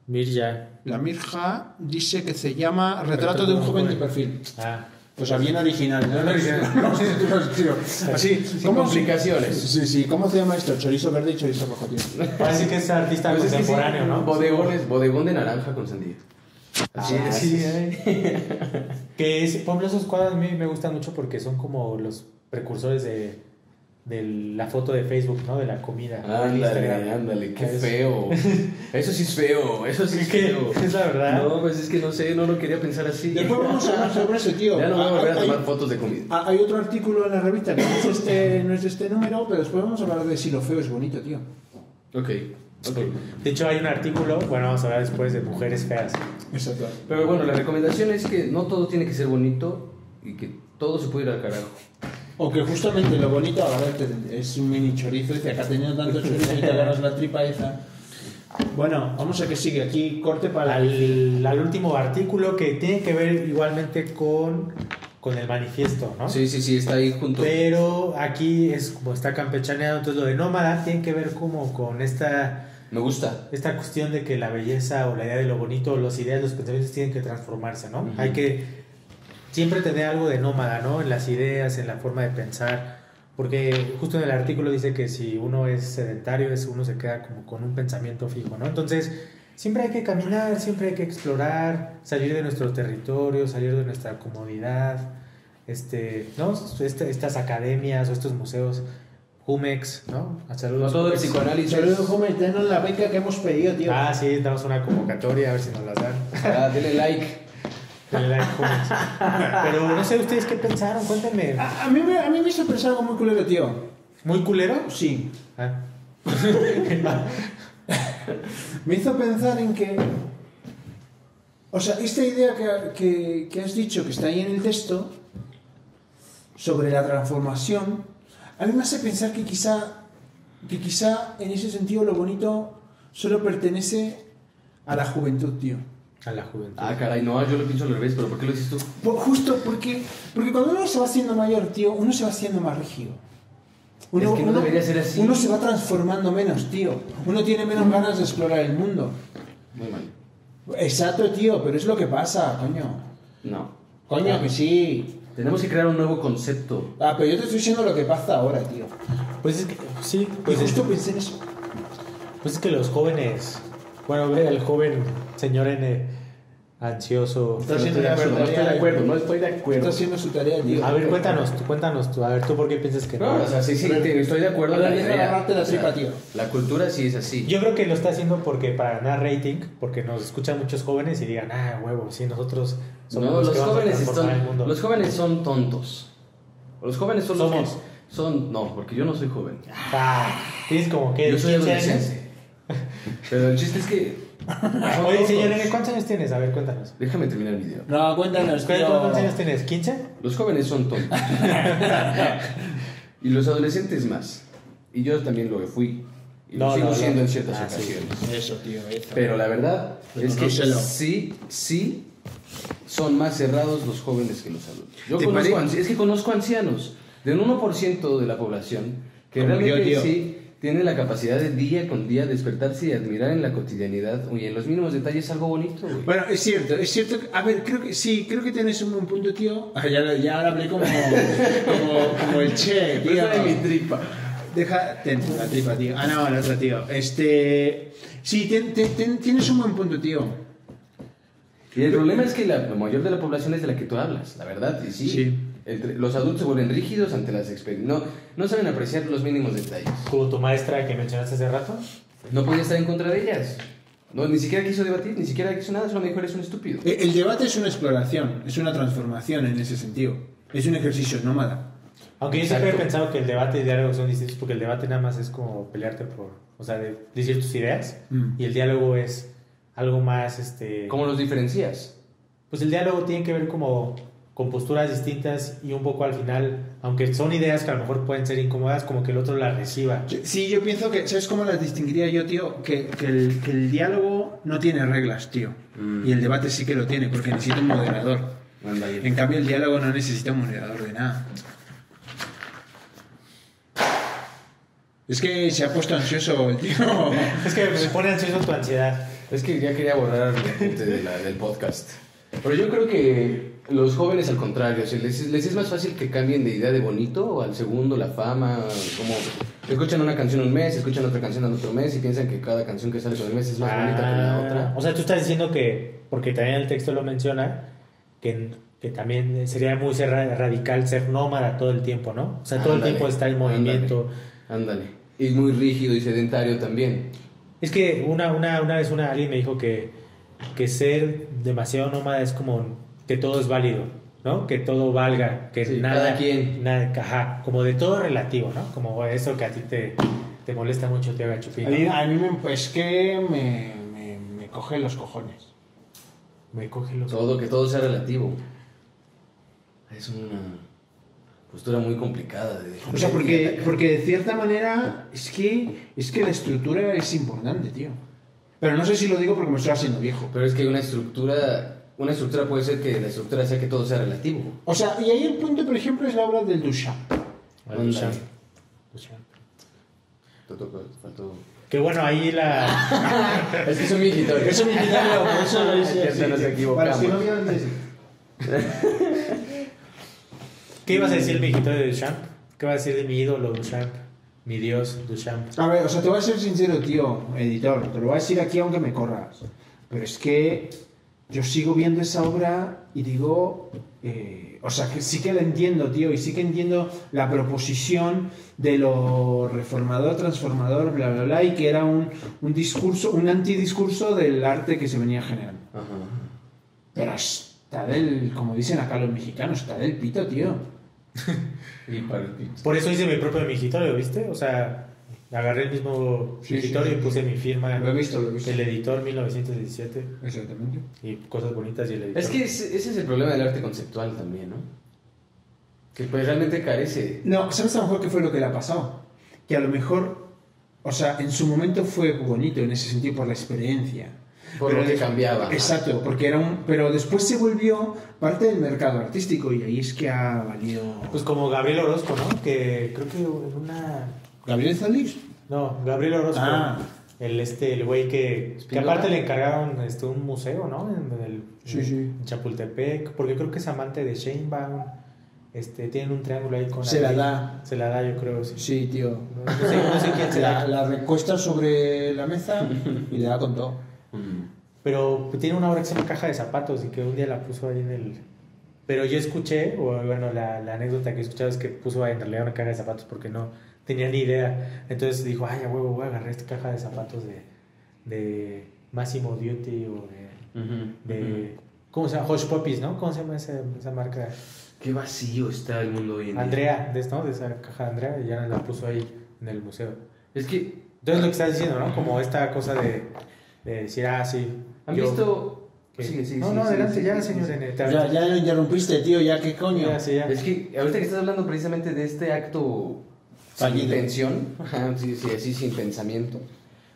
Mirja. la Mirja dice que se llama Retrato de un joven de perfil. Ah. Pues a bien original, ¿no? No sé si lo escribo. Así, Sin complicaciones. Sí, sí, ¿cómo se llama esto? Chorizo verde y chorizo rojo, tío. Parece que es artista Pues es que sí, contemporáneo, ¿no? Bodegones, bodegón de naranja con sandía. Sí, Ah, sí, eh. Que es, por ejemplo, esos cuadros a mí me gustan mucho porque son como los precursores de, de la foto de Facebook, ¿no? De la comida. del Ándale, Instagram. ándale, qué Es- feo. Eso sí es feo, eso sí es ¿Qué? feo. Es la verdad. No, pues es que no sé, no lo quería pensar así. Después vamos a hablar sobre eso, tío. Ah, Ya no voy a volver a Hay- ah, tomar fotos de comida. hay- Hay otro artículo en la revista que no es, este, no es de este número, pero después vamos a hablar de si lo feo es bonito, tío. Ok, ok. De hecho, hay un artículo, bueno, vamos a hablar después de mujeres feas. Exacto. Pero bueno, la recomendación es que no todo tiene que ser bonito y que todo se puede ir al carajo. O que justamente lo bonito ahora te- es un mini chorizo y te acá teniendo tanto chorizo y te agarras la tripa esa. Bueno, vamos a que sigue aquí, corte para... al, al último artículo que tiene que ver igualmente con, con el manifiesto, ¿no? Sí, sí, sí, está ahí junto. Pero aquí es como está campechaneado, entonces lo de nómada tiene que ver como con esta, Me gusta. esta cuestión de que la belleza o la idea de lo bonito, los ideas, los pensamientos tienen que transformarse, ¿no? Ujú. Hay que siempre tener algo de nómada, ¿no? En las ideas, en la forma de pensar, porque justo en el artículo dice que si uno es sedentario, es uno se queda como con un pensamiento fijo, ¿no? Entonces, siempre hay que caminar, siempre hay que explorar, salir de nuestro territorio, salir de nuestra comodidad, este, ¿no? Est- estas academias o estos museos, Jumex, ¿no? A saludos. Todo el Jumex. psicoanálisis. Saludos, Homer, denos la beca que hemos pedido, tío. Ah, sí, damos una convocatoria, a ver si nos las dan. Ah, dale like. Denle like, Jumex. Pero no sé ustedes qué pensaron, cuéntenme. A, a mí me, a mí me sorprendió algo muy culero, tío. ¿Muy culero? Sí. Ah. Me hizo pensar en que. O sea, esta idea que, que- que has dicho, que está ahí en el texto, sobre la transformación, a mí me hace pensar que quizá, que quizá en ese sentido lo bonito solo pertenece a la juventud, tío. A la juventud. Ah, caray, no, yo lo pienso al revés, pero ¿por qué lo hiciste tú? Por- justo porque, porque cuando uno se va haciendo mayor, tío, uno se va haciendo más rígido. Es que no debería ser así. Mm. Uno se va transformando menos, tío. Uno tiene menos ganas de explorar el mundo. Muy mal. Exacto, tío, pero es lo que pasa, coño. No. Ah, Coño, que sí. Tenemos que crear un nuevo concepto. Ah, pero yo te estoy diciendo lo que pasa ahora, tío. Pues es que, sí, Pues pues es, justo pensé en eso. pues es que los jóvenes. Bueno, ve al joven señor N ansioso. Está haciendo la No estoy de tarea, acuerdo, no estoy de Está acuerdo. haciendo su tarea, tío. A ver, cuéntanos, tú, cuéntanos tú. A ver, ¿tú por qué piensas que No, no? o sea, sí, sí, te- estoy de acuerdo. Pero la deja idea. agarrarte la O sea, tripa, tío. La cultura sí es así. Yo creo que lo está haciendo porque para ganar rating, porque nos escuchan muchos jóvenes y digan, ah, huevo, sí, nosotros somos no, los, los, que vamos a jóvenes transformar el son, mundo. los jóvenes son tontos. Los jóvenes son los Somos. que- son, no, porque yo no soy joven. Ah, tienes como que Yo soy 15 adolescente. Pero el chiste es que. años. son Oye, tontos. señor N, ¿cuántos años tienes? A ver, cuéntanos. Déjame terminar el video. No, cuéntanos, ¿Cuántos años tienes? ¿15? Los jóvenes son tontos. y los adolescentes más. Y yo también lo fui. Y lo No, sigo no, no. siendo en ciertas Ah, sí. ocasiones. Eso, tío, eso. Pero la verdad es que Reconócelo. sí, sí son más cerrados los jóvenes que los adultos. Yo ¿Te conozco, parece? anci- es que conozco ancianos del 1% de la población que Como realmente yo, tío. sí tienen la capacidad de día con día despertarse y admirar en la cotidianidad y en los mínimos detalles algo bonito, güey. Bueno, es cierto, es cierto. que- A ver, creo que sí, creo que tienes un buen punto, tío. Ah, ya, lo- ya ahora hablé como, como, como el che, Pero tío. esa de mi tripa. Deja, ten, la tripa, tío. Ah, no, la otra, tío. Este. Sí, ten- ten- ten- tienes un buen punto, tío. Y el problema es que la mayor de la población es de la que tú hablas, la verdad, y sí. Sí. Entre- los adultos se vuelven rígidos ante las experiencias. No, no saben apreciar los mínimos detalles. Como tu maestra que mencionaste hace rato. No podía estar en contra de ellas. No, ni siquiera quiso debatir, ni siquiera quiso nada, solo me dijo, eres un estúpido. E- El debate es una exploración, es una transformación en ese sentido. Es un ejercicio nómada. Aunque yo siempre he pensado que el debate y el diálogo son distintos porque el debate nada más es como pelearte por, o sea, de decir tus ideas Mm. y el diálogo es algo más, este, ¿Cómo los diferencias? pues el diálogo tiene que ver como con posturas distintas y un poco al final, aunque son ideas que a lo mejor pueden ser incómodas, como que el otro las reciba. Sí, yo pienso que, ¿sabes cómo las distinguiría yo, tío? Que, que el, que el diálogo no tiene reglas, tío. Y el debate sí que lo tiene, porque necesita un moderador. En cambio, el diálogo no necesita un moderador de nada. Es que se ha puesto ansioso el tío. Es que me pone ansioso tu ansiedad. Es que ya quería borrar el apunte de la- del podcast. Pero yo creo que los jóvenes, al contrario, si les, les es más fácil que cambien de idea de bonito o al segundo, la fama, como escuchan una canción un mes, escuchan otra canción al otro mes y piensan que cada canción que sale con el mes es más bonita que la Ah, otra. O sea, tú estás diciendo que, porque también el texto lo menciona, que, que también sería muy ser- radical ser nómada todo el tiempo, ¿no? O sea, todo Ándale, el tiempo está en movimiento. Ándale. Y muy rígido y sedentario también. Es que una, una, una vez una, alguien me dijo que, que ser demasiado nómada es como que todo es válido, ¿no? Que todo valga, que Sí, nada... cada quien. Nada, ajá, como de todo relativo, ¿no? Como eso que a ti te, te molesta mucho, te haga chupín. A ¿no? mí, a mí me, pues, es que me, me, me coge los cojones. Me coge los... Todo, que todo sea relativo. Es una postura muy complicada. de- O sea, porque, porque de cierta manera es que, es que la estructura es importante, tío. Pero no sé si lo digo porque me estoy haciendo viejo. Pero es que hay una estructura una estructura puede ser que la estructura sea que todo sea relativo. O sea, y ahí el punto, por ejemplo, es la obra del Duchamp. Ándale. Todo- todo- pues, faltó- Que bueno, ahí la. Es que son bien gitores. Eso me quitaría, por eso lo hice Ya así. se nos equivocamos. Para los que no vieron, es- ¿Qué ibas a decir Mm. el viejito de Duchamp? ¿Qué vas a decir de mi ídolo Duchamp? Mi dios Duchamp. A ver, o sea, te voy a ser sincero, tío, editor, te lo voy a decir aquí aunque me corras. Pero es que yo sigo viendo esa obra y digo, eh, o sea, que sí que la entiendo, tío, y sí que entiendo la proposición de lo reformador, transformador, bla, bla, bla, y que era un, un discurso, un antidiscurso del arte que se venía generando. Ajá. Pero está del, como dicen acá los mexicanos, está del pito, tío. Y para el pito. Por eso hice mi propio migitorio, ¿viste? O sea, agarré el mismo Sí, migitorio sí, sí. pues y puse mi firma. Lo he visto, lo he visto. El editor 1917 Exactamente. y cosas bonitas y el editor. Es que ese, ese es el problema del arte conceptual también, ¿no? Que pues realmente carece. No, ¿sabes a lo mejor qué fue lo que le ha pasado? Que a lo mejor, o sea, en su momento fue bonito en ese sentido por la experiencia. Por lo que cambiaba, ajá. Exacto, porque era un. Pero después se volvió parte del mercado artístico y ahí es que ha valido. Pues como Gabriel Orozco, ¿no? Que creo que en una. Gabriel Zalix. No, Gabriel Orozco. Ah. El este, el güey que, que Espinola. aparte le encargaron este, un museo, ¿no? En el Sí, sí. en Chapultepec, porque creo que es amante de Sheinbaum. Este, tienen un triángulo ahí con Se la alguien. da. Se la da, yo creo, sí. Sí, tío. No, sé, no sé quién se la La, la recuesta sobre la mesa y le da con todo. Pero tiene una obra que se llama Caja de Zapatos y que un día la puso ahí en el... Pero yo escuché, o bueno, la, la anécdota que he escuchado es que puso en realidad una caja de zapatos porque no tenía ni idea. Entonces dijo, ay, a huevo, voy a agarrar esta caja de zapatos de, de Massimo Duty o de... de- ¿Cómo se llama? Hush Puppies, ¿no? ¿Cómo se llama esa, esa marca? Qué vacío está el mundo hoy en día. Andrea, de, ¿no? De esa caja de Andrea y ya la puso ahí en el museo. Es que, Entonces lo que estás diciendo, ¿no? Como esta cosa de, de decir, ah, sí. ¿han yo- visto...? ¿Qué? Sigue, sigue, no, sigue, no, sigue, adelante, sigue, ya, sigue, señor sigue. N. te- Ya, ya lo interrumpiste, tío, ya qué coño. Ya, sí, ya. Es que ahorita que estás hablando precisamente de este acto sin Fallido. intención, ajá, sí, sí, así sin pensamiento,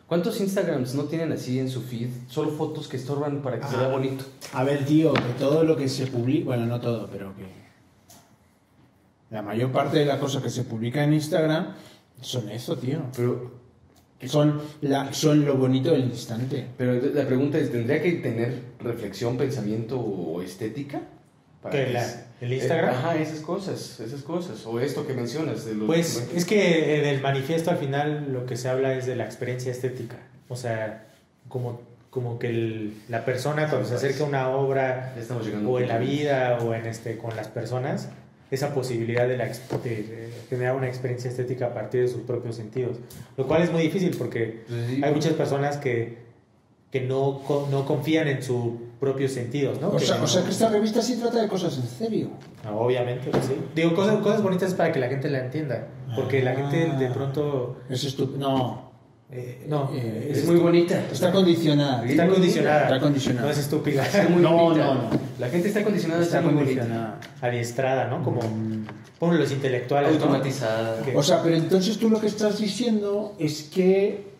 ¿cuántos Instagrams no tienen así en su feed solo fotos que estorban para que se Ah. vea bonito? A ver, tío, que todo lo que se publica, bueno, no todo, pero que la mayor parte de las cosas que se publica en Instagram son eso, tío. Pero, Son, la, son lo bonito del instante. pero la pregunta es, ¿tendría que tener reflexión, pensamiento o estética? ¿Qué, que la- es- el Instagram? eh, ajá, esas cosas, esas cosas. O esto que mencionas de los... Pues es que en el manifiesto al final lo que se habla es de la experiencia estética. O sea, como, como que el- la persona cuando se acerca a una obra Ya estamos llegando. o en la vida o en este con las personas, esa posibilidad de, la, ex- de- de generar una experiencia estética a partir de sus propios sentidos. Lo cual es muy difícil porque Pues sí, hay muchas personas que, que no, co- no confían en sus propios sentidos, ¿no? O Que sea, no- o sea que esta revista sí trata de cosas en serio. No, obviamente, pues sí. Digo, cosas, cosas bonitas para que la gente la entienda. Porque la Ah. gente de pronto. Es estup- No, eh, no, Eh, es es muy bonita. está condicionada. está condicionada. Está condicionada. No es estúpida. Está muy No, bonita. no, no. La gente está condicionada, está, Está muy bonita. condicionada. Adiestrada, ¿no? Como. Mm. Ponlo los intelectuales. ¿no? Automatizada. Que- O sea, pero entonces tú lo que estás diciendo es que.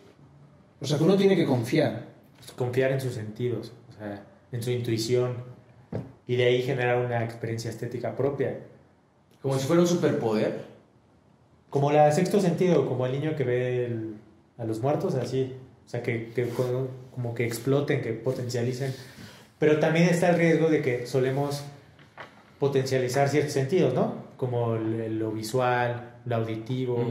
O sea, que uno tiene que confiar. Confiar en sus sentidos, o sea, en su intuición. Y de ahí generar una experiencia estética propia. Como si fuera un superpoder. Como la de sexto sentido, como el niño que ve el- a los muertos, así. O sea, que, que con- como que exploten, que potencialicen. Pero también está el riesgo de que solemos potencializar ciertos sentidos, ¿no? Como el- lo visual, lo auditivo.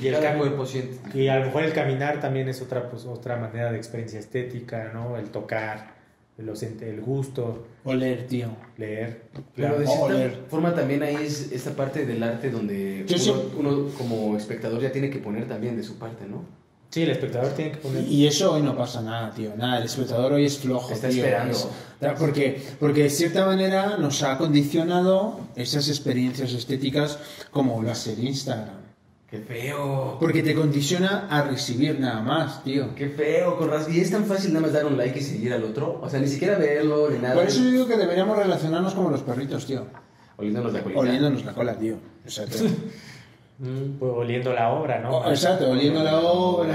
Y el cam- cargo de paciente. y a lo mejor el caminar también es otra, pues, otra manera de experiencia estética, ¿no? El tocar, los ent- el gusto, Oler, tío. leer. Pero de Claro. cierta Oler. forma también ahí es esta parte del arte donde Yo uno, siempre- uno como espectador ya tiene que poner también de su parte, ¿no? Sí, el espectador tiene que poner... Y eso hoy no pasa nada, tío. Nada, el espectador hoy es flojo. Está tío. esperando. Es- tra- porque, porque de cierta manera nos ha condicionado esas experiencias estéticas como lo hace el Instagram. ¡Qué feo! Porque te condiciona a recibir nada más, tío. ¡Qué feo! Con raz- Y es tan fácil nada más dar un like y seguir al otro. O sea, ni siquiera verlo ni nada. Por eso yo digo que deberíamos relacionarnos como los perritos, tío. Oliéndonos la colita. Oliéndonos la cola, tío. Exacto. Mm, pues, oliendo la obra, ¿no? O- Oh, Exacto, oliendo la obra,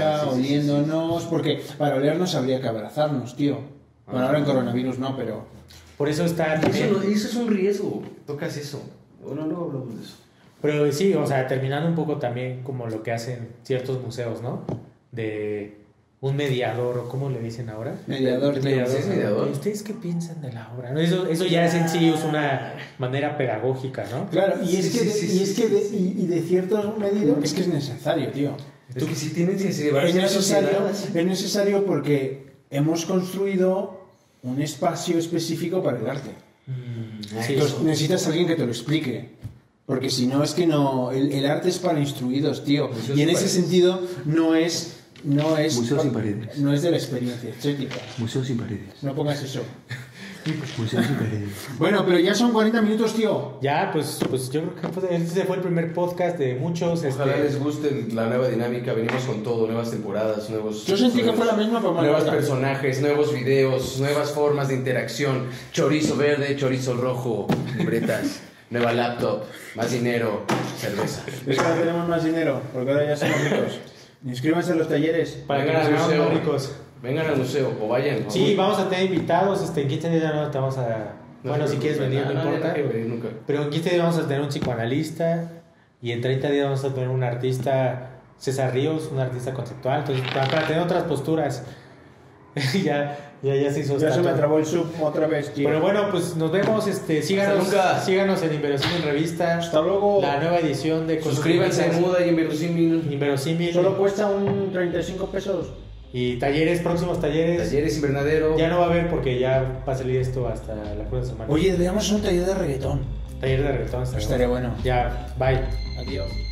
Sí, sí, sí, sí. Ah. oliéndonos. Porque para olernos habría que abrazarnos, tío. Bueno, ahora en coronavirus no, pero. Por eso está Eso, también- no- eso es un riesgo. Tocas eso. Bueno, luego hablamos de eso. Pero sí, o sea, terminando un poco también como lo que hacen ciertos museos, ¿no? De un mediador, o cómo le dicen ahora. Mediador, El tío. mediador. ¿Sí es ¿no? mediador? ¿Y ¿Ustedes qué piensan de la obra? No, Eso, eso ya es en sí es una manera pedagógica, ¿no? Claro, y es Sí, sí, que, de, sí, y sí, es sí, que de, sí. y, y de cierto medido es que es necesario, tío. Es que sí tienes que llevar Es una necesario, sociedad así. es necesario porque hemos construido un espacio específico para el arte. Mm, sí, Entonces, necesitas alguien que te lo explique. Porque si no, es que no. El, el arte es para instruidos, tío. Museos y en sin ese paredes. sentido, no es. No es. Museos sin paredes. No es de la experiencia estética. Museos sin paredes. No pongas eso. Museos sin paredes. Bueno, pero ya son 40 minutos, tío. Ya, pues, pues yo creo que fue- este fue el primer podcast de muchos. Ojalá este, les guste la nueva dinámica. Venimos con todo, nuevas temporadas, nuevos. Yo sentí que fue la misma pues para Nuevos Mallorca. personajes, nuevos videos, nuevas formas de interacción. Chorizo verde, chorizo rojo, libretas, nueva laptop, más dinero, cerveza. Es que ahora tenemos más dinero, porque ahora ya somos ricos. Inscríbanse en los talleres. Para que Vengan nos al hagamos museo. más ricos. Vengan al museo o vayan. por Sí, favor. vamos a tener invitados. Este, en 15 días ya no te vamos a. No bueno, se si quieres venir, preocupen. no, Ah, no, importa. hay que venir nunca. Pero en 15 días vamos a tener un psicoanalista. Y en 30 días vamos a tener un artista, César Ríos, un artista conceptual. Entonces, para, para tener otras posturas. ya, ya, ya se hizo Ya se estatua. me trabó el sub otra vez, tío. Pero bueno, pues nos vemos. Este, síganos, nunca. síganos en Inverosímil Revista. Hasta luego. La nueva edición de Cosas Suscríbanse a Ocultas, Muda y Inverosímil. Inverosímil. Solo cuesta un 35 pesos. Y talleres, próximos talleres. Talleres Invernadero. Ya no va a haber porque ya va a salir esto hasta la próxima semana. veamos un taller de reggaetón. Taller de reggaetón. Estaría bueno. Ya, bye. Adiós.